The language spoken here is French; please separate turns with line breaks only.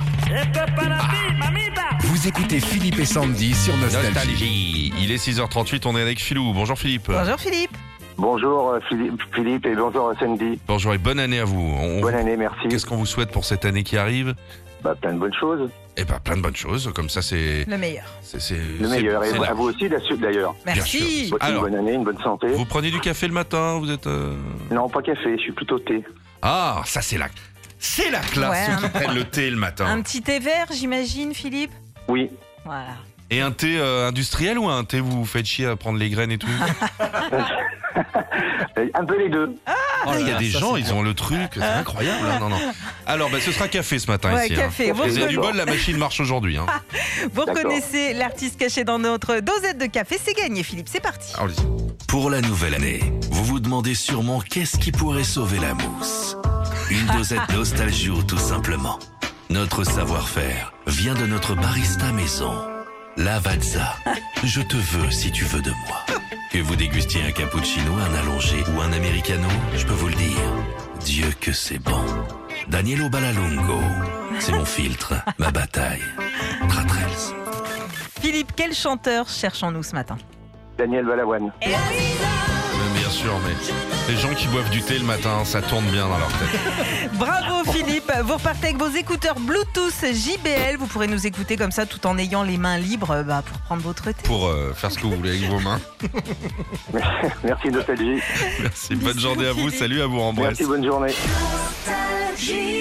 Ah,
Vous écoutez Philippe et Sandy sur Nostalgie.
Nostalgie. Il est 6h38, on est avec Philou. Bonjour Philippe.
Bonjour Philippe.
Bonjour euh, Philippe, Philippe et bonjour euh, Sandy.
Bonjour et bonne année à vous. On-
Bonne année, merci.
Qu'est-ce qu'on vous souhaite pour cette année qui arrive
Bah, plein de bonnes choses.
Eh ben plein de bonnes choses, comme ça c'est...
Le meilleur.
c'est- c'est- c'est-
Le meilleur. Et
c'est
à
large.
vous aussi, la suite d'ailleurs.
Merci.
Aussi
Alors.
une bonne année, une bonne santé.
Vous prenez du café le matin, vous êtes... euh,
Non, pas café, je suis plutôt thé.
Ah, ça c'est la... C'est la classe,
Ouais,
ceux
un-
qui prennent le thé le matin.
Un petit thé vert, j'imagine, Philippe.
Oui.
Voilà.
Et un thé euh, industriel ou un thé vous vous faites chier à prendre les graines et tout
Euh, Un peu les deux.
Ah,
Oh là, il y a des gens, ils ont le truc, c'est incroyable. hein, non, non. Alors, bah, ce sera café ce matin
Ouais,
ici. hein.
café. Vous,
Café,
Vous avez
reconna-
du
D'accord.
bol, la machine marche aujourd'hui. Hein.
vous
D'accord.
reconnaissez l'artiste caché dans notre dosette de café. C'est gagné, Philippe. C'est parti.
Allez.
Pour la nouvelle année, vous vous demandez sûrement qu'est-ce qui pourrait sauver la mousse. Une dosette Nostalgio tout simplement. Notre savoir-faire vient de notre barista maison, Lavazza. Je te veux si tu veux de moi. Que vous dégustiez un cappuccino, un allongé ou un americano, je peux vous le dire. Dieu que c'est bon. Danielo Balalungo, c'est mon filtre, ma bataille. Tratrels.
Philippe, quel chanteur cherchons-nous ce matin
Daniel Balavoine.
Mais bien sûr, mais les gens qui boivent du thé le matin, ça tourne bien dans leur tête.
Bravo, Philippe. Vous repartez avec vos écouteurs Bluetooth JBL. Vous pourrez nous écouter comme ça tout en ayant les mains libres euh, bah, pour prendre votre thé.
Pour euh, faire ce que vous voulez avec vos mains.
Merci, Nostalgie.
Merci. Bonne journée à vous. Salut à vous. Embrasse.
Merci, bonne journée.
Nostalgie.